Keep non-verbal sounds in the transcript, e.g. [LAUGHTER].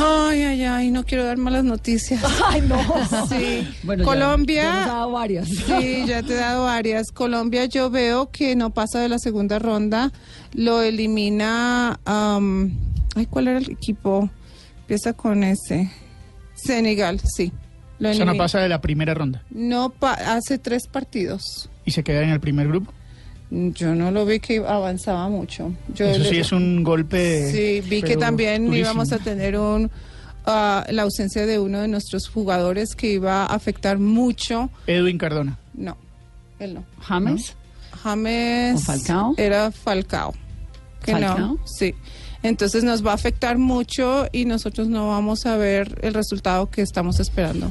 Ay, ay, ay, no quiero dar malas noticias. [LAUGHS] Ay, no. Sí. [LAUGHS] Bueno, ya- Colombia. Ah. ya nos ha dado varias. Sí, ya te he dado varias. Colombia yo veo que no pasa de la segunda ronda. Lo elimina... am, ay, ¿cuál era el equipo? Empieza con ese. Senegal, sí. Lo O sea, no elimina. pasa de la primera ronda No pa- hace tres partidos. y se queda en el primer grupo. Yo no lo vi que avanzaba mucho. Yo Eso le- sí es un golpe. Sí, vi que pero también durísimo. íbamos a tener un ah, la ausencia de uno de nuestros jugadores que iba a afectar mucho. Edwin Cardona. No, él no. James. James ¿O Falcao? era Falcao. Que ¿Falcao? no, sí. Entonces nos va a afectar mucho y nosotros no vamos a ver el resultado que estamos esperando.